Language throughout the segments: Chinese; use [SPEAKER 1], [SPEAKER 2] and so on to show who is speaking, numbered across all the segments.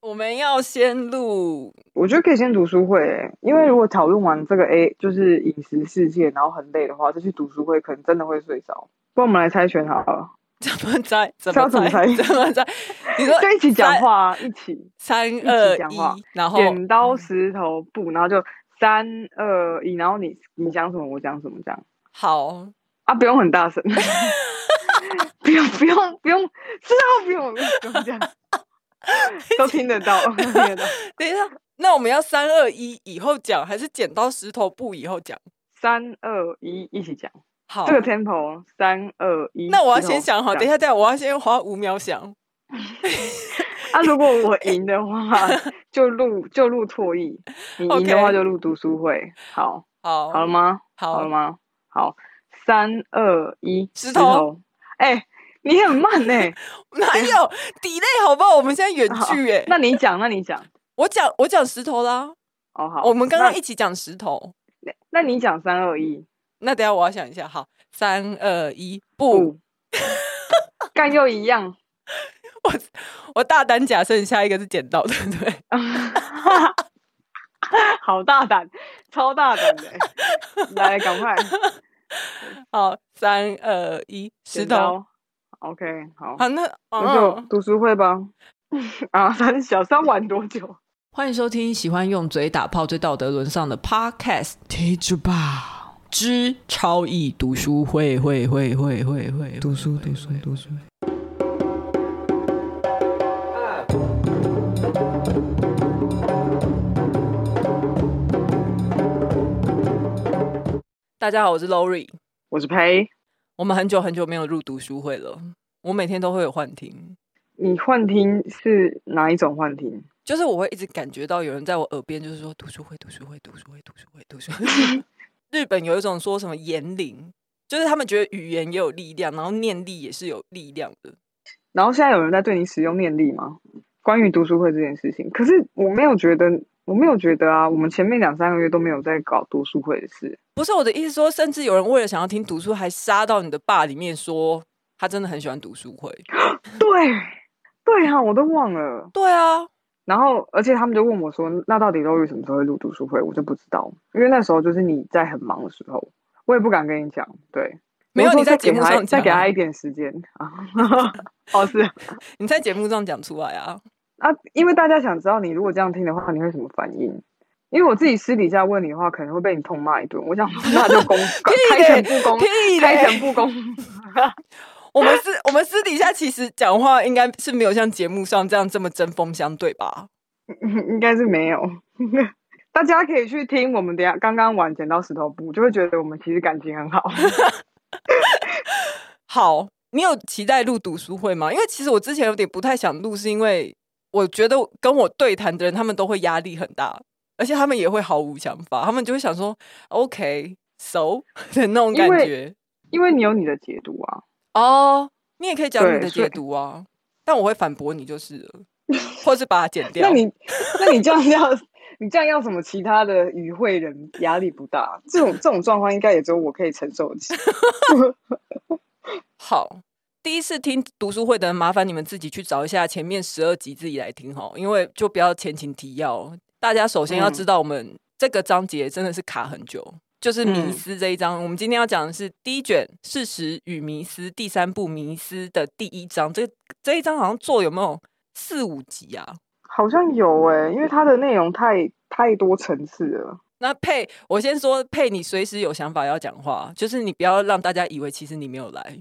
[SPEAKER 1] 我们要先录，
[SPEAKER 2] 我觉得可以先读书会、欸，
[SPEAKER 1] 嗯
[SPEAKER 2] 因为如果讨论完这个 A 就是饮食世界，然后很累的话，再去读书会可能真的会睡着。不然我们来猜拳好了，
[SPEAKER 1] 怎么猜？怎
[SPEAKER 2] 要
[SPEAKER 1] 么
[SPEAKER 2] 怎么
[SPEAKER 1] 猜？
[SPEAKER 2] 猜
[SPEAKER 1] 怎么猜？你说
[SPEAKER 2] 就一起讲话啊，一起
[SPEAKER 1] 三
[SPEAKER 2] 起
[SPEAKER 1] 二
[SPEAKER 2] 讲
[SPEAKER 1] 一
[SPEAKER 2] 话，
[SPEAKER 1] 然后
[SPEAKER 2] 剪刀石头布，然后就三二一，然后你你讲什么我讲什么这样
[SPEAKER 1] 好，
[SPEAKER 2] 啊，不用很 大声，不用不用不用，知道不用不用 不用这样，都听得到，都听得到。
[SPEAKER 1] 等一下，那我们要三二一以后讲，还是剪刀石头布以后讲？
[SPEAKER 2] 三二一，一起讲。
[SPEAKER 1] 好，
[SPEAKER 2] 这个 tempo，三二一。
[SPEAKER 1] 那我要
[SPEAKER 2] 石头
[SPEAKER 1] 先想好，
[SPEAKER 2] 这
[SPEAKER 1] 等一下，
[SPEAKER 2] 样
[SPEAKER 1] 等一下，我要先花五秒想。
[SPEAKER 2] 啊，如果我赢的话，就录就录唾液；你赢的
[SPEAKER 1] OK
[SPEAKER 2] 话就录读书会。好，
[SPEAKER 1] 好，
[SPEAKER 2] 好了吗？
[SPEAKER 1] 好
[SPEAKER 2] 好了吗？好，三二一，
[SPEAKER 1] 石
[SPEAKER 2] 石
[SPEAKER 1] 头
[SPEAKER 2] 头。哎、你很慢呢、欸。
[SPEAKER 1] 哪 有 delay 好不好？我们现在远
[SPEAKER 2] 好
[SPEAKER 1] 距哎、
[SPEAKER 2] 那你讲，那你讲。
[SPEAKER 1] 我讲我讲石头啦，
[SPEAKER 2] 哦，好。
[SPEAKER 1] 我们刚刚
[SPEAKER 2] 那
[SPEAKER 1] 一起讲石头。
[SPEAKER 2] 那你讲三二一，
[SPEAKER 1] 那等一下我要想一下，好，三二一，不，
[SPEAKER 2] 不，干又一样。
[SPEAKER 1] 我大胆假设你下一个是剪刀，对不对？
[SPEAKER 2] 好大胆，超大胆的欸、来，赶快，
[SPEAKER 1] 好，三二一， 石
[SPEAKER 2] 剪
[SPEAKER 1] 头。
[SPEAKER 2] 刀。OK，好。
[SPEAKER 1] 好，那
[SPEAKER 2] 那就
[SPEAKER 1] 嗯，
[SPEAKER 2] 读书会吧。 啊，三小三玩多久？
[SPEAKER 1] 欢迎收听喜欢用嘴打炮、最道德沦丧的 Podcast《听着吧之超意读书会》，会会会会会读书读书读书。大家好，我是 Lori。
[SPEAKER 2] 我是裴，
[SPEAKER 1] 我们很久很久没有入读书会了，我每天都会有幻听，
[SPEAKER 2] 你幻听是哪一种幻听？
[SPEAKER 1] 就是我会一直感觉到有人在我耳边，就是说读书会、读书会、读书会、读书会、读书会。 日本有一种说什么言灵，就是他们觉得语言也有力量，然后念力也是有力量的。
[SPEAKER 2] 然后现在有人在对你使用念力吗？关于读书会这件事情，可是我没有觉得，我没有觉得啊，我们前面两三个月都没有在搞读书会的事。
[SPEAKER 1] 不是我的意思说，甚至有人为了想要听读书，还杀到你的爸里面说他真的很喜欢读书会。
[SPEAKER 2] 对，对啊，我都忘了。
[SPEAKER 1] 对啊，
[SPEAKER 2] 然后，而且他们就问我说：“那到底 Lori 什么时候会录读书会？”我就不知道，因为那时候就是你在很忙的时候，我也不敢跟你讲。对，
[SPEAKER 1] 没有
[SPEAKER 2] 我就说
[SPEAKER 1] 你在
[SPEAKER 2] 再给
[SPEAKER 1] 节目
[SPEAKER 2] 他
[SPEAKER 1] 上
[SPEAKER 2] 再给
[SPEAKER 1] 讲啊
[SPEAKER 2] 他一点时间啊。 哦，是
[SPEAKER 1] 你在节目上讲出来啊，
[SPEAKER 2] 啊，因为大家想知道你如果这样听的话，你会什么反应？因为我自己私底下问你的话，可能会被你痛骂一顿。我想说，那就 公开
[SPEAKER 1] 嘞
[SPEAKER 2] 诚布公，
[SPEAKER 1] 屁
[SPEAKER 2] 开诚
[SPEAKER 1] 嘞！
[SPEAKER 2] 布公。
[SPEAKER 1] 我们私我们私底下其实讲话应该是没有像节目上这样这么针锋相对吧？
[SPEAKER 2] 应该是没有。 大家可以去听我们等一下刚刚玩剪刀石头布，就会觉得我们其实感情很好。
[SPEAKER 1] 好，你有期待录读书会吗？因为其实我之前有点不太想录，是因为我觉得跟我对谈的人，他们都会压力很大，而且他们也会毫无想法，他们就会想说 “OK，so” 的那种感
[SPEAKER 2] 因为
[SPEAKER 1] 觉。
[SPEAKER 2] 因为你有你的解读啊，
[SPEAKER 1] 哦，你也可以讲你
[SPEAKER 2] 对
[SPEAKER 1] 的
[SPEAKER 2] 所以
[SPEAKER 1] 解读啊，但我会反驳你就是了，或是把它剪掉。
[SPEAKER 2] 那你那你这样要你这样要什么其他的与会人压力不大？这种这种状况应该也只有我可以承受得起。
[SPEAKER 1] 好，第一次听读书会的人，麻烦你们自己去找一下前面十二集自己来听哦，因为就不要前情提要。大家首先要
[SPEAKER 2] 嗯
[SPEAKER 1] 知道，我们这个章节真的是卡很久，就是迷
[SPEAKER 2] 嗯
[SPEAKER 1] 思这一章。我们今天要讲的是第一卷《事实与迷思》第三部《迷思》的第一章。这这一章好像做有没有四五集啊？
[SPEAKER 2] 好像有哎、因为它的内容太太多层次了。
[SPEAKER 1] 那佩，我先说佩，你随时有想法要讲话，就是你不要让大家以为其实你没有来。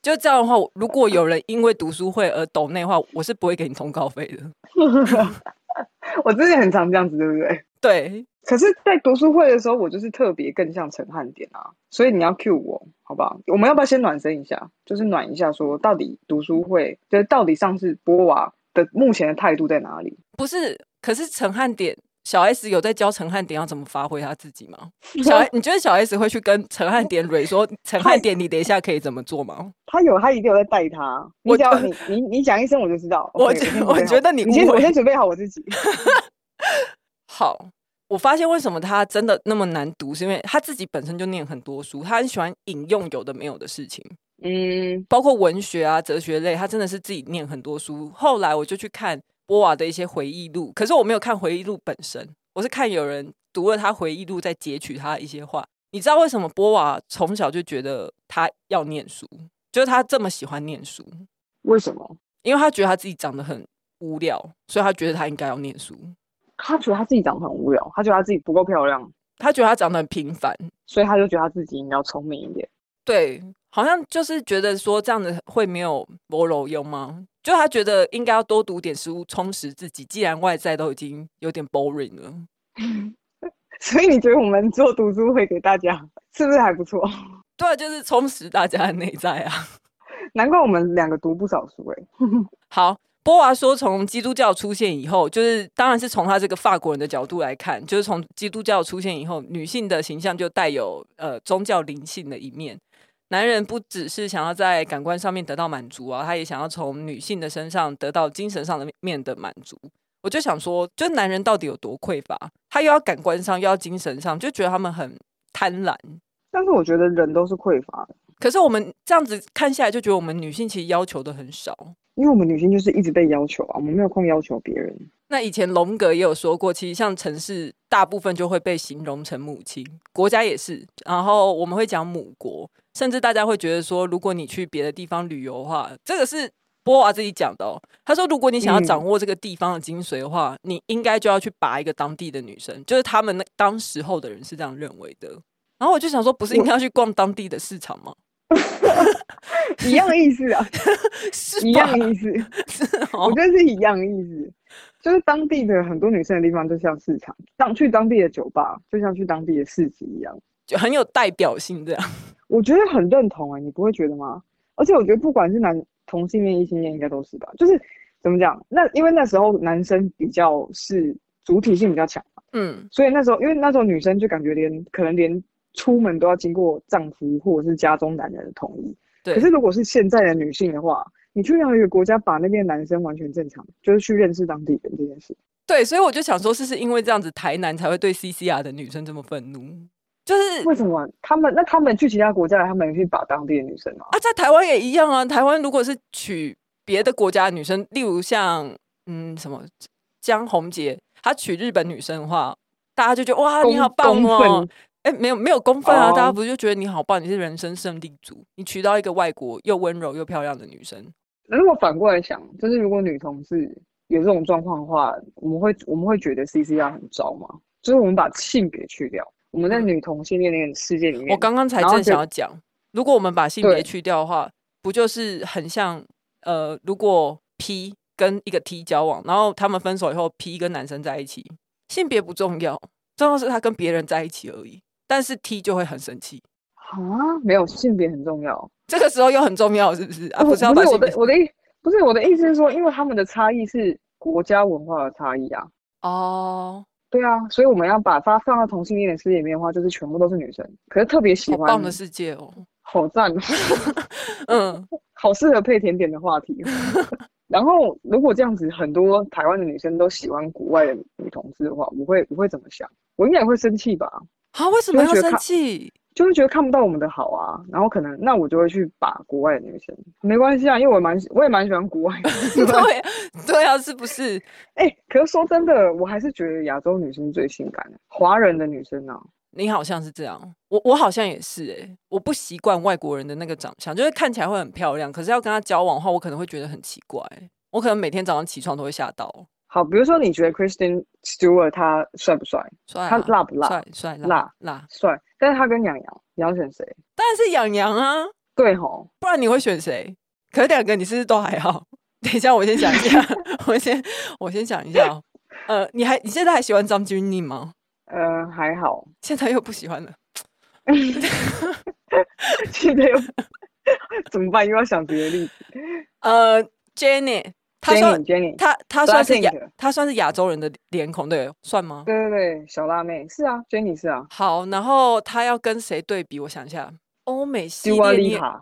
[SPEAKER 1] 就这样的话，我如果有人因为读书会而抖内的话，我是不会给你通告费的。
[SPEAKER 2] 我之前很常这样子，对不对？
[SPEAKER 1] 对，
[SPEAKER 2] 可是，在读书会的时候，我就是特别更像陈汉典啊，所以你要 cue 我，好不好？我们要不要先暖身一下？就是暖一下，说到底读书会，就是到底上次波娃的目前的态度在哪里？
[SPEAKER 1] 不是，可是陈汉典小 S 有在教陈汉典要怎么发挥他自己吗？小 S，你觉得小 S 会去跟陈汉典蕊说，陈汉典你等一下可以怎么做吗？
[SPEAKER 2] 他有，他一定有在带他。
[SPEAKER 1] 我
[SPEAKER 2] 你只要你你你讲一声，我就知道。
[SPEAKER 1] 我
[SPEAKER 2] OK，
[SPEAKER 1] 觉
[SPEAKER 2] 先准
[SPEAKER 1] 我
[SPEAKER 2] 备好
[SPEAKER 1] 觉得你
[SPEAKER 2] 你先
[SPEAKER 1] 误会
[SPEAKER 2] 我先准备好我自己。
[SPEAKER 1] 好，我发现为什么他真的那么难读，是因为他自己本身就念很多书，他很喜欢引用有的没有的事情。
[SPEAKER 2] 嗯，
[SPEAKER 1] 包括文学啊、哲学类，他真的是自己念很多书。后来我就去看波瓦的一些回忆录，可是我没有看回忆录本身，我是看有人读了他回忆录，再截取他一些话。你知道为什么波瓦从小就觉得他要念书，就是他这么喜欢念书，
[SPEAKER 2] 为什么？
[SPEAKER 1] 因为他觉得他自己长得很无聊，所以他觉得他应该要念书。
[SPEAKER 2] 他觉得他自己长得很无聊，他觉得他自己不够漂亮，
[SPEAKER 1] 他觉得他长得很平凡，
[SPEAKER 2] 所以他就觉得他自己应该要聪明一点。
[SPEAKER 1] 对，好像就是觉得说这样子会没有温柔用吗？就他觉得应该要多读点书，充实自己。既然外在都已经有点 boring 了，
[SPEAKER 2] 所以你觉得我们做读书会给大家是不是还不错？
[SPEAKER 1] 对啊，就是充实大家的内在啊。
[SPEAKER 2] 难怪我们两个读不少书哎、
[SPEAKER 1] 好，波娃说，从基督教出现以后，就是当然是从他这个法国人的角度来看，就是从基督教出现以后，女性的形象就带有呃宗教灵性的一面。男人不只是想要在感官上面得到满足啊，他也想要从女性的身上得到精神上的面的满足。我就想说，就男人到底有多匮乏？他又要感官上，又要精神上，就觉得他们很贪婪。
[SPEAKER 2] 但是我觉得人都是匮乏的，
[SPEAKER 1] 可是我们这样子看下来，就觉得我们女性其实要求的很少。
[SPEAKER 2] 因为我们女性就是一直被要求啊，我们没有空要求别人。
[SPEAKER 1] 那以前龙格也有说过，其实像城市大部分就会被形容成母亲，国家也是。然后我们会讲母国，甚至大家会觉得说，如果你去别的地方旅游的话，这个是波娃自己讲的哦。他说，如果你想要
[SPEAKER 2] 嗯
[SPEAKER 1] 掌握这个地方的精髓的话，你应该就要去拔一个当地的女生，就是他们那当时候的人是这样认为的。然后我就想说，不是应该要去逛当地的市场吗？
[SPEAKER 2] 一样意思啊，
[SPEAKER 1] 是
[SPEAKER 2] 一
[SPEAKER 1] 吧？
[SPEAKER 2] 样意思，
[SPEAKER 1] 是
[SPEAKER 2] 我
[SPEAKER 1] 哦，
[SPEAKER 2] 觉得是一样意思。就是当地的很多女生的地方，就像市场，当去当地的酒吧，就像去当地的市集一样。
[SPEAKER 1] 就很有代表性这样。
[SPEAKER 2] 我觉得很认同哎、你不会觉得吗？而且我觉得不管是男同性恋、异性恋，应该都是吧。就是怎么讲？那因为那时候男生比较是主体性比较强嘛，
[SPEAKER 1] 嗯，
[SPEAKER 2] 所以那时候因为那时候女生就感觉连可能连出门都要经过丈夫或者是家中男人的同意。
[SPEAKER 1] 对
[SPEAKER 2] 可是如果是现在的女性的话，你去任何一个国家，把那边的男生完全正常，就是去认识当地人这件事。
[SPEAKER 1] 对，所以我就想说，是不是因为这样子，台南才会对 CCR 的女生这么愤怒？就是
[SPEAKER 2] 为什么他们？那他们去其他国家，他们也去把当地的女生吗？
[SPEAKER 1] 啊，在台湾也一样啊。台湾如果是娶别的国家的女生，例如像嗯什么江宏杰，她娶日本女生的话，大家就觉得哇，你好棒
[SPEAKER 2] 公
[SPEAKER 1] 哦
[SPEAKER 2] 愤！
[SPEAKER 1] 哎、没有没有公愤啊
[SPEAKER 2] 哦
[SPEAKER 1] 大家不就觉得你好棒，你是人生胜利组，你娶到一个外国又温柔又漂亮的女生，
[SPEAKER 2] 如果反过来想，就是如果女同志有这种状况的话，我们会我们会觉得 C C R 很糟吗？就是我们把性别去掉，我们在
[SPEAKER 1] 嗯
[SPEAKER 2] 女同性恋那个世界里面，
[SPEAKER 1] 我刚刚才
[SPEAKER 2] 然后
[SPEAKER 1] 正
[SPEAKER 2] 就
[SPEAKER 1] 想要讲，如果我们把性别
[SPEAKER 2] 对
[SPEAKER 1] 去掉的话，不就是很像呃，如果 P 跟一个 T 交往，然后他们分手以后，P 跟男生在一起，性别不重要，重要是他跟别人在一起而已。但是 T 就会很生气，
[SPEAKER 2] 啊，没有性别很重要
[SPEAKER 1] 这个时候又很重要，是不是？啊，
[SPEAKER 2] 不
[SPEAKER 1] 不是要把
[SPEAKER 2] 不是
[SPEAKER 1] 性
[SPEAKER 2] 我
[SPEAKER 1] 别
[SPEAKER 2] 的我的意不是我的意思是说，因为他们的差异是国家文化的差异啊，
[SPEAKER 1] 哦，
[SPEAKER 2] 对啊，所以我们要把它放到同性恋的世界里面的话，就是全部都是女生，可是特别喜
[SPEAKER 1] 好
[SPEAKER 2] 欢，
[SPEAKER 1] 棒的世界哦，
[SPEAKER 2] 好赞哦。
[SPEAKER 1] 嗯，
[SPEAKER 2] 好适合配甜点的话题。哦 然后，如果这样子，很多台湾的女生都喜欢国外的女同志的话，我会我会怎么想？我应该也会生气吧，
[SPEAKER 1] 啊，为什么
[SPEAKER 2] 就
[SPEAKER 1] 要
[SPEAKER 2] 觉得
[SPEAKER 1] 生
[SPEAKER 2] 看
[SPEAKER 1] 气？
[SPEAKER 2] 就会觉得看不到我们的好啊。然后可能那我就会去把国外的女生，没关系啊，因为我蛮我也蛮喜欢国外的。
[SPEAKER 1] 对对啊，是不是？
[SPEAKER 2] 哎、可是说真的，我还是觉得亚洲女生最性感，华人的女生啊，
[SPEAKER 1] 你好像是这样，我我好像也是诶、我不习惯外国人的那个长相，就是看起来会很漂亮，可是要跟他交往的话，我可能会觉得很奇怪、我可能每天早上起床都会吓到，
[SPEAKER 2] 好，比如说你觉得 Kristen Stewart 她帅不帅？
[SPEAKER 1] 帅、
[SPEAKER 2] 她
[SPEAKER 1] 啊，
[SPEAKER 2] 辣不辣？
[SPEAKER 1] 帅帅
[SPEAKER 2] 辣
[SPEAKER 1] 辣，
[SPEAKER 2] 帅，但是她跟杨洋，你要选谁？
[SPEAKER 1] 当然是养羊啊，
[SPEAKER 2] 对吼，
[SPEAKER 1] 不然你会选谁？可是两个你是不是都还好？等一下，我先想一下， 我先我先想一下、哦。呃，你还你现在还喜欢张钧甯吗？
[SPEAKER 2] 呃，还好。
[SPEAKER 1] 现在又不喜欢了。
[SPEAKER 2] 现在又 怎么办？又要想别的例子。
[SPEAKER 1] 呃，Jenny，她算
[SPEAKER 2] Jenny，Jenny，
[SPEAKER 1] 她她算是亚
[SPEAKER 2] Blackpink
[SPEAKER 1] 她算是亚洲人的脸孔对，算吗？
[SPEAKER 2] 对对对，小辣妹是啊，Jenny 是啊
[SPEAKER 1] 好，然后他要跟谁对比？我想一下，欧美系
[SPEAKER 2] ，Dua
[SPEAKER 1] 列你也，
[SPEAKER 2] Lipa，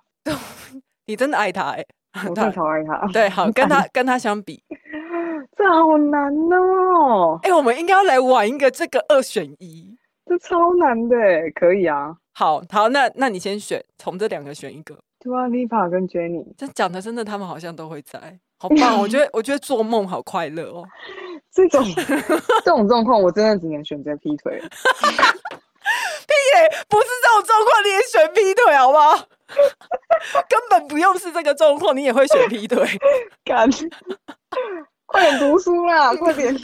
[SPEAKER 1] 你真的爱他哎、
[SPEAKER 2] 我
[SPEAKER 1] 他
[SPEAKER 2] 最超爱她。
[SPEAKER 1] 对，好，跟他跟他相比，
[SPEAKER 2] 这好难哦，
[SPEAKER 1] 哎、我们应该要来玩一个这个二选一。
[SPEAKER 2] 这超难的耶，可以啊
[SPEAKER 1] 好好，那那你先选，从这两个选一个。
[SPEAKER 2] ，Dua Lipa 跟 Jenny，
[SPEAKER 1] 这讲的真的，他们好像都会在。好棒！我觉得，我觉得做梦好快乐哦。
[SPEAKER 2] 这 种这种状况，我真的只能选择劈腿了。
[SPEAKER 1] 不是这种状况，你也选劈腿好不好？ 根本不用是这个状况，你也会选劈腿。
[SPEAKER 2] 干， 快点读书啦，快点！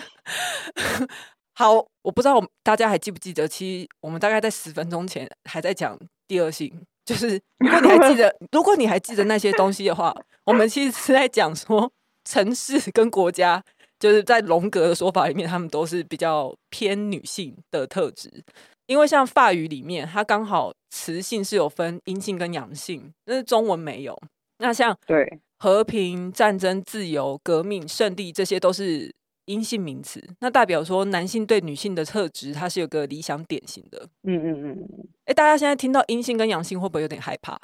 [SPEAKER 1] 好，我不知道我们大家还记不记得，其实我们大概在十分钟前还在讲第二性，就是如果你还记得，如果你还记得那些东西的话，我们其实是在讲说城市跟国家，就是在荣格的说法里面，他们都是比较偏女性的特质。因为像法语里面，它刚好雌性是有分阴性跟阳性，但是中文没有。那像
[SPEAKER 2] 对，
[SPEAKER 1] 和平、战争、自由、革命、胜利，这些都是阴性名词。那代表说男性对女性的特质，它是有个理想典型的。
[SPEAKER 2] 嗯嗯嗯，
[SPEAKER 1] 哎，大家现在听到阴性跟阳性，会不会有点害怕？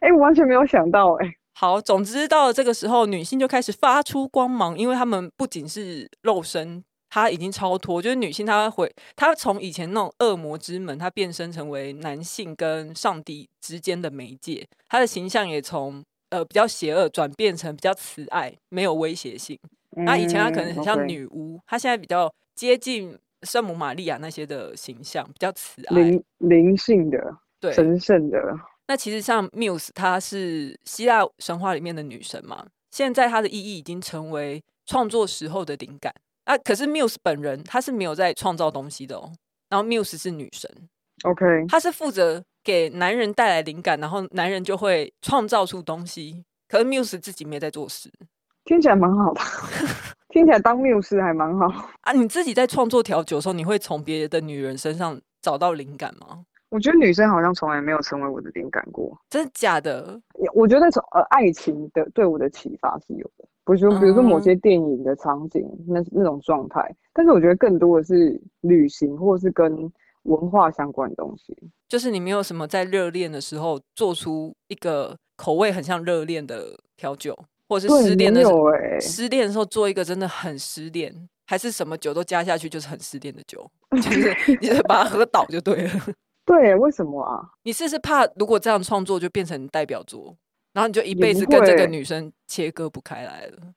[SPEAKER 2] 哎、我完全没有想到、欸，哎，
[SPEAKER 1] 好，总之到了这个时候，女性就开始发出光芒，因为她们不仅是肉身，她已经超脱，就是女性她会，她从以前那种恶魔之门，她变身成为男性跟上帝之间的媒介，她的形象也从呃比较邪恶转变成比较慈爱，没有威胁性。那啊以前她可能很像
[SPEAKER 2] 嗯
[SPEAKER 1] 女巫，她现在比较接近圣母玛利亚那些的形象，比较慈
[SPEAKER 2] ，OK
[SPEAKER 1] 爱。
[SPEAKER 2] 灵灵性的、
[SPEAKER 1] 啊对，
[SPEAKER 2] 神圣的，
[SPEAKER 1] 那其实像 Muse，她是希腊神话里面的女神嘛，现在她的意义已经成为创作时候的灵感啊。可是 Muse 本人她是没有在创造东西的哦，然后 Muse 是女神，
[SPEAKER 2] OK，
[SPEAKER 1] 她是负责给男人带来灵感，然后男人就会创造出东西。可是 Muse 自己没在做事
[SPEAKER 2] 听起来蛮 好的，听起来当缪斯还蛮好。
[SPEAKER 1] 啊。你自己在创作调酒的时候，你会从别的女人身上找到灵感吗？
[SPEAKER 2] 我觉得女生好像从来没有成为我的灵感过。
[SPEAKER 1] 真的假的？
[SPEAKER 2] 也我觉得从呃爱情的对我的启发是有的，不是说比如说某
[SPEAKER 1] 嗯
[SPEAKER 2] 些电影的场景、那那种状态，但是我觉得更多的是旅行或是跟文化相关的东西。
[SPEAKER 1] 就是你没有什么在热恋的时候做出一个口味很像热恋的调酒，或者
[SPEAKER 2] 对，
[SPEAKER 1] 是失恋
[SPEAKER 2] 没
[SPEAKER 1] 的时候，
[SPEAKER 2] 有哎、
[SPEAKER 1] 失恋的时候做一个真的很失恋，还是什么酒都加下去就是很失恋的 酒，就是你就是把它喝倒就对了。
[SPEAKER 2] 对，为什么啊？
[SPEAKER 1] 你是不是怕如果这样创作就变成代表作，然后你就一
[SPEAKER 2] 也
[SPEAKER 1] 辈
[SPEAKER 2] 不
[SPEAKER 1] 子跟这个
[SPEAKER 2] 会
[SPEAKER 1] 女生切割不开来了？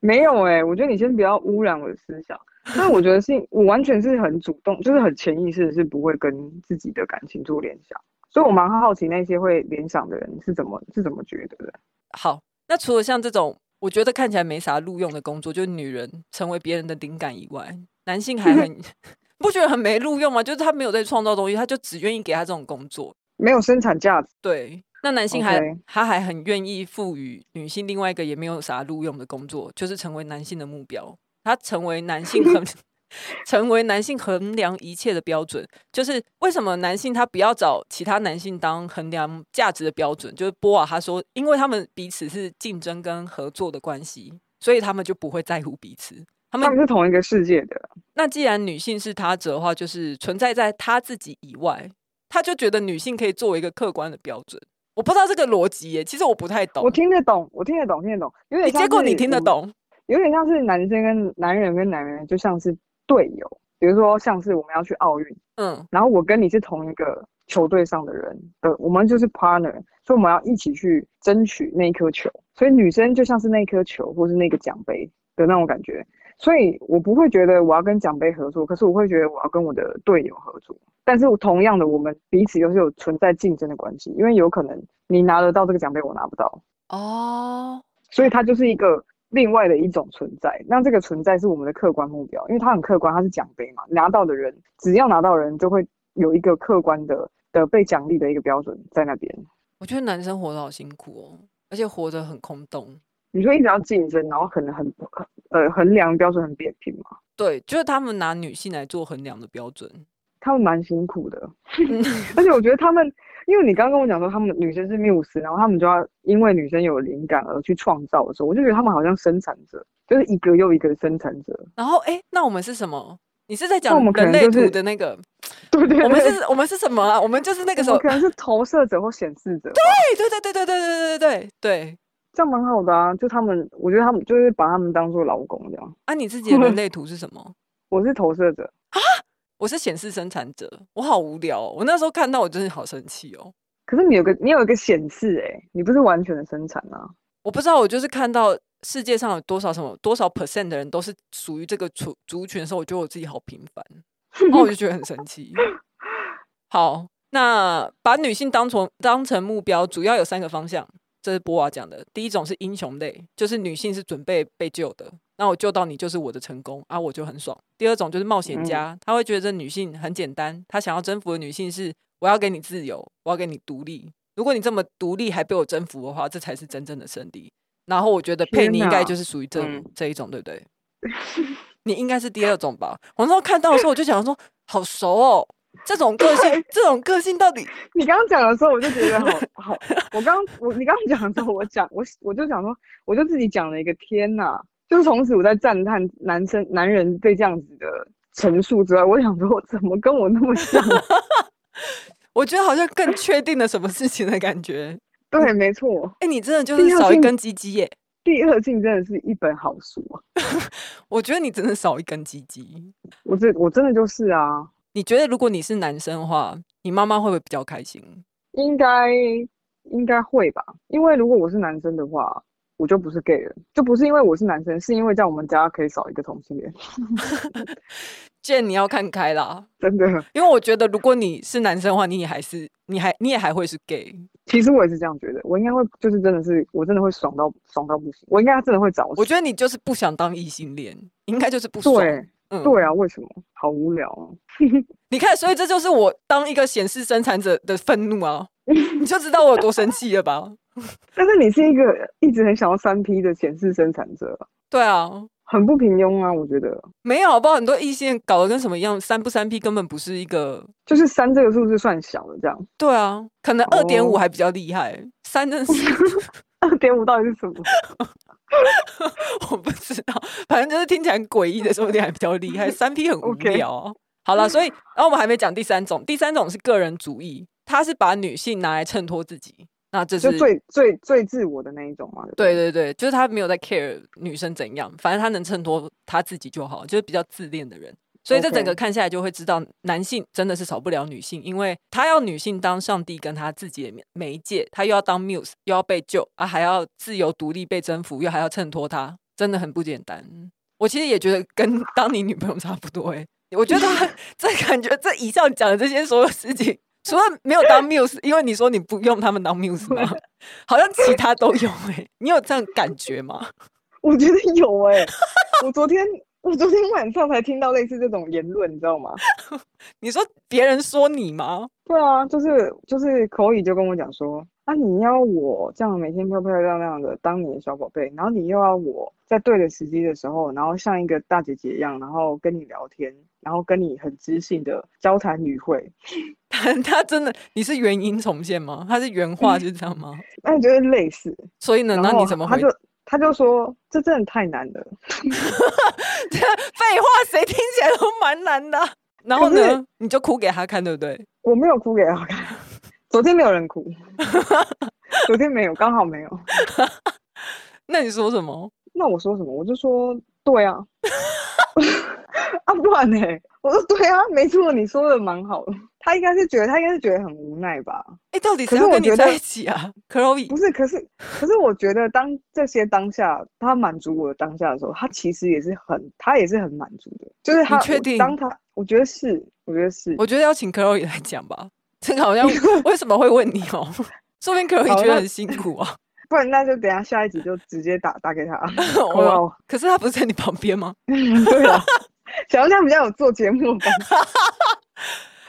[SPEAKER 2] 没有哎、我觉得你先不要污染我的思想。那我觉得是我完全是很主动，就是很潜意识的是不会跟自己的感情做联想，所以我蛮好奇那些会联想的人是怎么是怎么觉得的。
[SPEAKER 1] 好，那除了像这种我觉得看起来没啥录用的工作，就是女人成为别人的灵感以外，男性还很 不觉得很没录用吗？就是他没有在创造东西，他就只愿意给他这种工作。
[SPEAKER 2] 没有生产价值，
[SPEAKER 1] 对，那男性还
[SPEAKER 2] OK
[SPEAKER 1] 他还很愿意赋予女性另外一个也没有啥录用的工作，就是成为男性的目标，他成为男性衡成为男性衡量一切的标准，就是为什么男性他不要找其他男性当衡量价值的标准？就是波瓦他说，因为他们彼此是竞争跟合作的关系，所以他们就不会在乎彼此。他
[SPEAKER 2] 他
[SPEAKER 1] 们
[SPEAKER 2] 们是同一个世界的。
[SPEAKER 1] 那既然女性是他者的话，就是存在在他自己以外，他就觉得女性可以作为一个客观的标准。我不知道这个逻辑耶，其实我不太懂
[SPEAKER 2] 我。听得懂，我听得懂，听得懂，有
[SPEAKER 1] 诶
[SPEAKER 2] 点像
[SPEAKER 1] 结果你
[SPEAKER 2] 是
[SPEAKER 1] 听得
[SPEAKER 2] 我们，
[SPEAKER 1] 懂，
[SPEAKER 2] 有点像是男生跟男人跟男人，就像是队友。比如说，像是我们要去奥运，
[SPEAKER 1] 嗯，
[SPEAKER 2] 然后我跟你是同一个球队上的人的，我们就是 partner，所以我们要一起去争取那一颗球。所以女生就像是那颗球或是那个奖杯的那种感觉。所以我不会觉得我要跟奖杯合作，可是我会觉得我要跟我的队友合作。但是我同样的，我们彼此又是有存在竞争的关系，因为有可能你拿得到这个奖杯，我拿不到。
[SPEAKER 1] 哦，
[SPEAKER 2] 所以它就是一个另外的一种存在。那这个存在是我们的客观目标，因为它很客观，它是奖杯嘛，拿到的人只要拿到的人就会有一个客观的的被奖励的一个标准在那边。
[SPEAKER 1] 我觉得男生活得好辛苦哦，而且活得很空洞。
[SPEAKER 2] 你说一直要竞争，然后很很呃衡量标准很扁平嘛，
[SPEAKER 1] 对，就是他们拿女性来做衡量的标准。
[SPEAKER 2] 他们蛮辛苦的
[SPEAKER 1] 嗯，
[SPEAKER 2] 而且我觉得他们。因为你刚刚跟我讲说，他们女生是缪斯，然后他们就要因为女生有灵感而去创造的时候，我就觉得他们好像生产者，就是一个又一个的生产者。
[SPEAKER 1] 然后，哎，那我们是什么？你是在讲
[SPEAKER 2] 那我们可
[SPEAKER 1] 人
[SPEAKER 2] 能
[SPEAKER 1] 类
[SPEAKER 2] 就是
[SPEAKER 1] 图的那个？
[SPEAKER 2] 对对对，
[SPEAKER 1] 我们是，我们是什么啊？我们就是那个时
[SPEAKER 2] 我
[SPEAKER 1] 候，
[SPEAKER 2] 们哦可能是投射者或显示者吧。
[SPEAKER 1] 哎，对对对对对对对对对。
[SPEAKER 2] 这样蛮好的啊，就他们，我觉得他们就是把他们当做劳工这样。
[SPEAKER 1] 啊，你自己的人类图是什么？
[SPEAKER 2] 我是投射者，
[SPEAKER 1] 我是显示生产者，我好无聊、哦。我那时候看到，我真的好生气哦。
[SPEAKER 2] 欸可是你有个你有一个显示哎、你不是完全的生产啊，
[SPEAKER 1] 我不知道，我就是看到世界上有多少什么多少 percent 的人都是属于这个族族群的时候，我觉得我自己好平凡，然后我就觉得很神奇。好，那把女性当成当成目标，主要有三个方向，这是波娃讲的。第一种是英雄类，就是女性是准备被救的，那我救到你就是我的成功啊，我就很爽。第二种就是冒险家，他会觉得女性很简单，他想要征服的女性是我要给你自由，我要给你独立。如果你这么独立还被我征服的话，这才是真正的胜利。然后我觉得佩
[SPEAKER 2] 天
[SPEAKER 1] 妮应
[SPEAKER 2] 哪
[SPEAKER 1] 该就是属于这、
[SPEAKER 2] 嗯
[SPEAKER 1] 这一种，对不 对？你应该是第二种吧？我那时候看到的时候，我就想说，好熟哦，这种个性，这种个性到底
[SPEAKER 2] 你刚刚讲的时候，我就觉得好好。我刚我你刚刚讲的时候，我讲我我就想说，我就自己讲了一个天呐，就是从此我在赞叹男生男人对这样子的陈述之外，我想说，怎么跟我那么像？
[SPEAKER 1] 我觉得好像更确定了什么事情的感觉。
[SPEAKER 2] 对，没错，
[SPEAKER 1] 哎、你真的就
[SPEAKER 2] 第
[SPEAKER 1] 是
[SPEAKER 2] 二
[SPEAKER 1] 少一
[SPEAKER 2] 性
[SPEAKER 1] 根鸡鸡耶！
[SPEAKER 2] 第二性真的是一本好书啊！
[SPEAKER 1] 我觉得你真的少一根鸡鸡。
[SPEAKER 2] 我这我真的就是啊，
[SPEAKER 1] 你觉得如果你是男生的话，你妈妈会不会比较开心？
[SPEAKER 2] 应该应该会吧，因为如果我是男生的话。我就不是 gay 了，就不是因为我是男生，是因为在我们家可以少一个同性恋，
[SPEAKER 1] 见你要看开啦，
[SPEAKER 2] 真的。
[SPEAKER 1] 因为我觉得如果你是男生的话，你也还是你还你也还会是 gay。
[SPEAKER 2] 其实我也是这样觉得，我应该会就是真的是我真的会爽到爽到不行，我应该真的会早
[SPEAKER 1] 我
[SPEAKER 2] 死。
[SPEAKER 1] 觉得你就是不想当异性恋，应该就是不爽。
[SPEAKER 2] 对
[SPEAKER 1] 嗯
[SPEAKER 2] 对啊，为什么？好无聊啊！
[SPEAKER 1] 你看，所以这就是我当一个显示生产者的愤怒 啊！你就知道我有多生气了吧？
[SPEAKER 2] 但是你是一个一直很想要三 P 的显示生产者，
[SPEAKER 1] 对啊，
[SPEAKER 2] 很不平庸啊！我觉得，
[SPEAKER 1] 没有，好不好？很多异性恋搞得跟什么一样，三不三 P 根本不是一个。
[SPEAKER 2] 就是三这个数字算小的，这样
[SPEAKER 1] 对啊，可能二点五
[SPEAKER 2] 哦
[SPEAKER 1] 还比较厉害，三真的是
[SPEAKER 2] 二点五到底是什么？
[SPEAKER 1] 我不知道，反正就是听起来很诡异的，说不定还比较厉害。三 P 很无
[SPEAKER 2] OK
[SPEAKER 1] 聊啊、好了，所以然后我们还没讲第三种，第三种是个人主义，它是把女性拿来衬托自己，那这
[SPEAKER 2] 就是最最最自我的那一种嘛。不
[SPEAKER 1] 对，对对，就是他没有在 care 女生怎样，反正他能衬托他自己就好，就是比较自恋的人。所以这整
[SPEAKER 2] OK
[SPEAKER 1] 个看下来就会知道，男性真的是少不了女性，因为他要女性当上帝跟他自己的媒介，他又要当 muse，又要被救啊，还要自由独立被征服，又还要衬托他，真的很不简单。我其实也觉得跟当你女朋友差不多诶、我觉得他这感觉这以上讲的这些所有事情，除了没有当 muse，因为你说你不用他们当 muse 吗？ 好像其他都有哎、你有这样感觉吗？
[SPEAKER 2] 我觉得有哎、我昨天我昨天晚上才听到类似这种言论，你知道吗？
[SPEAKER 1] 你说别人说你吗？
[SPEAKER 2] 对啊，就是就是口语就跟我讲说，啊，你要我这样每天漂漂亮亮的当你的小宝贝，然后你又要我在对的时机的时候，然后像一个大姐姐一样，然后跟你聊天，然后跟你很知性的交谈语汇，
[SPEAKER 1] 他他真的你是原音重现吗？他是原话是这样吗？
[SPEAKER 2] 那你觉得类似？
[SPEAKER 1] 所以呢，
[SPEAKER 2] 嗯然
[SPEAKER 1] 那
[SPEAKER 2] 后
[SPEAKER 1] 你怎么
[SPEAKER 2] 他
[SPEAKER 1] 回？
[SPEAKER 2] 就他就说，这真的太难了。
[SPEAKER 1] 废话，谁听起来都蛮难的啊。然后
[SPEAKER 2] 可是
[SPEAKER 1] 呢，你就哭给他看，对不对？
[SPEAKER 2] 我没有哭给他看， 昨天没有人哭， 昨天没有，刚好没有。
[SPEAKER 1] 那你说什么？
[SPEAKER 2] 那我说什么？我就说对啊， 啊不然呢？我说对啊，没错，你说的蛮好的。他应该是觉得，他应该是觉得很无奈吧？
[SPEAKER 1] 哎，到底
[SPEAKER 2] 可
[SPEAKER 1] 谁
[SPEAKER 2] 是
[SPEAKER 1] 要
[SPEAKER 2] 我
[SPEAKER 1] 跟你
[SPEAKER 2] 觉
[SPEAKER 1] 在
[SPEAKER 2] 得
[SPEAKER 1] 一起啊？Chloe，
[SPEAKER 2] 不是，可是可是我觉得当这些当下，他满足我的当下的时候，他其实也是很，他也是很满足的。就是他，
[SPEAKER 1] 确
[SPEAKER 2] 我
[SPEAKER 1] 定
[SPEAKER 2] 当他，我觉得是，我觉得是，
[SPEAKER 1] 我觉得要请 Chloe 来讲吧。这个好 像为什么会问你哦？说明 Chloe
[SPEAKER 2] 好
[SPEAKER 1] 觉得
[SPEAKER 2] 那
[SPEAKER 1] 很辛苦 啊。
[SPEAKER 2] 不然那就等一下下一集就直接打打 给他。
[SPEAKER 1] 我
[SPEAKER 2] 哇，
[SPEAKER 1] 可是他不是在你旁边吗？
[SPEAKER 2] 对啊， 想要这样比较有做节目吧。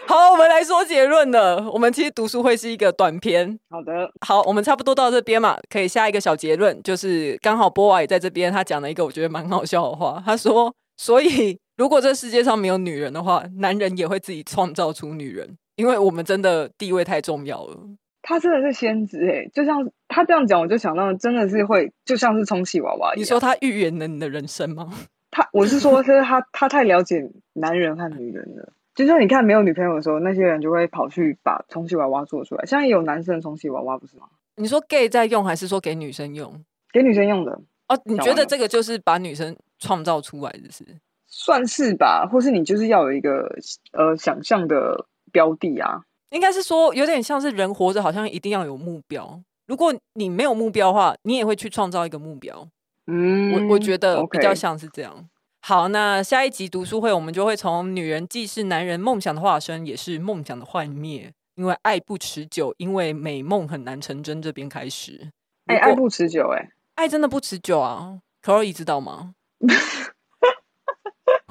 [SPEAKER 1] 好，我们来说结论了。我们其实读书会是一个短篇，
[SPEAKER 2] 好的，
[SPEAKER 1] 好，我们差不多到这边嘛，可以下一个小结论，就是刚好波娃也在这边，他讲了一个我觉得蛮好笑的话，他说：“所以如果这世界上没有女人的话，男人也会自己创造出女人，因为我们真的地位太重要了。
[SPEAKER 2] 他真的是先知哎、就像他这样讲，我就想到真的是会，就像是充气娃娃”一
[SPEAKER 1] 你
[SPEAKER 2] 样。
[SPEAKER 1] 说他预言了你的人生吗？
[SPEAKER 2] 他，我是说，是他他太了解男人和女人了。就像你看没有女朋友的时候，那些人就会跑去把充气娃娃做出来。现在也有男生的充气娃娃不是吗？
[SPEAKER 1] 你说 gay 在用还是说给女生用？
[SPEAKER 2] 给女生用的，
[SPEAKER 1] 哦，你
[SPEAKER 2] 讲
[SPEAKER 1] 觉
[SPEAKER 2] 完
[SPEAKER 1] 得
[SPEAKER 2] 了
[SPEAKER 1] 这个就是把女生创造出来，就是？
[SPEAKER 2] 算是吧。或是你就是要有一个呃想象的标的啊。
[SPEAKER 1] 应该是说有点像是人活着，好像一定要有目标。如果你没有目标的话，你也会去创造一个目标。
[SPEAKER 2] 嗯，
[SPEAKER 1] 我我觉得比较
[SPEAKER 2] OK
[SPEAKER 1] 像是这样。好，那下一集读书会，我们就会从“女人既是男人梦想的化身，也是梦想的幻灭”，因为爱不持久，因为美梦很难成真这边开始。
[SPEAKER 2] 哎、
[SPEAKER 1] 如
[SPEAKER 2] 爱
[SPEAKER 1] 果
[SPEAKER 2] 不持久、哎，
[SPEAKER 1] 爱真的不持久啊 c o r y 知道 吗？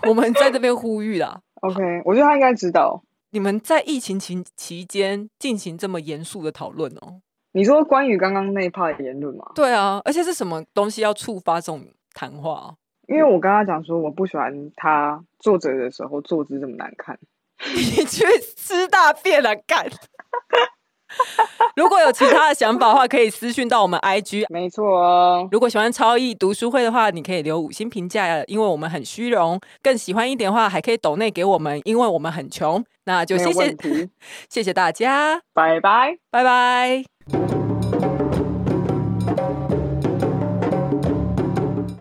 [SPEAKER 1] 我们在这边呼吁啦，
[SPEAKER 2] OK，我觉得他应该知道。
[SPEAKER 1] 你们在疫情期期间进行这么严肃的讨论哦。
[SPEAKER 2] 你说关于刚刚那一 part 的言论嘛？
[SPEAKER 1] 对啊，而且是什么东西要触发这种谈话啊、
[SPEAKER 2] 因为我跟他讲说，我不喜欢他坐着的时候坐姿这么难看。
[SPEAKER 1] 你去吃大便了、干！ 如果有其他的想法的话，可以私讯到我们 IG。
[SPEAKER 2] 没错哦，
[SPEAKER 1] 如果喜欢超意读书会的话，你可以留五星评价，因为我们很虚荣。更喜欢一点的话，还可以抖内给我们，因为我们很穷。那就
[SPEAKER 2] 没有
[SPEAKER 1] 谢
[SPEAKER 2] 问
[SPEAKER 1] 谢
[SPEAKER 2] 题。
[SPEAKER 1] 谢谢大家，
[SPEAKER 2] 拜拜。
[SPEAKER 1] 拜拜。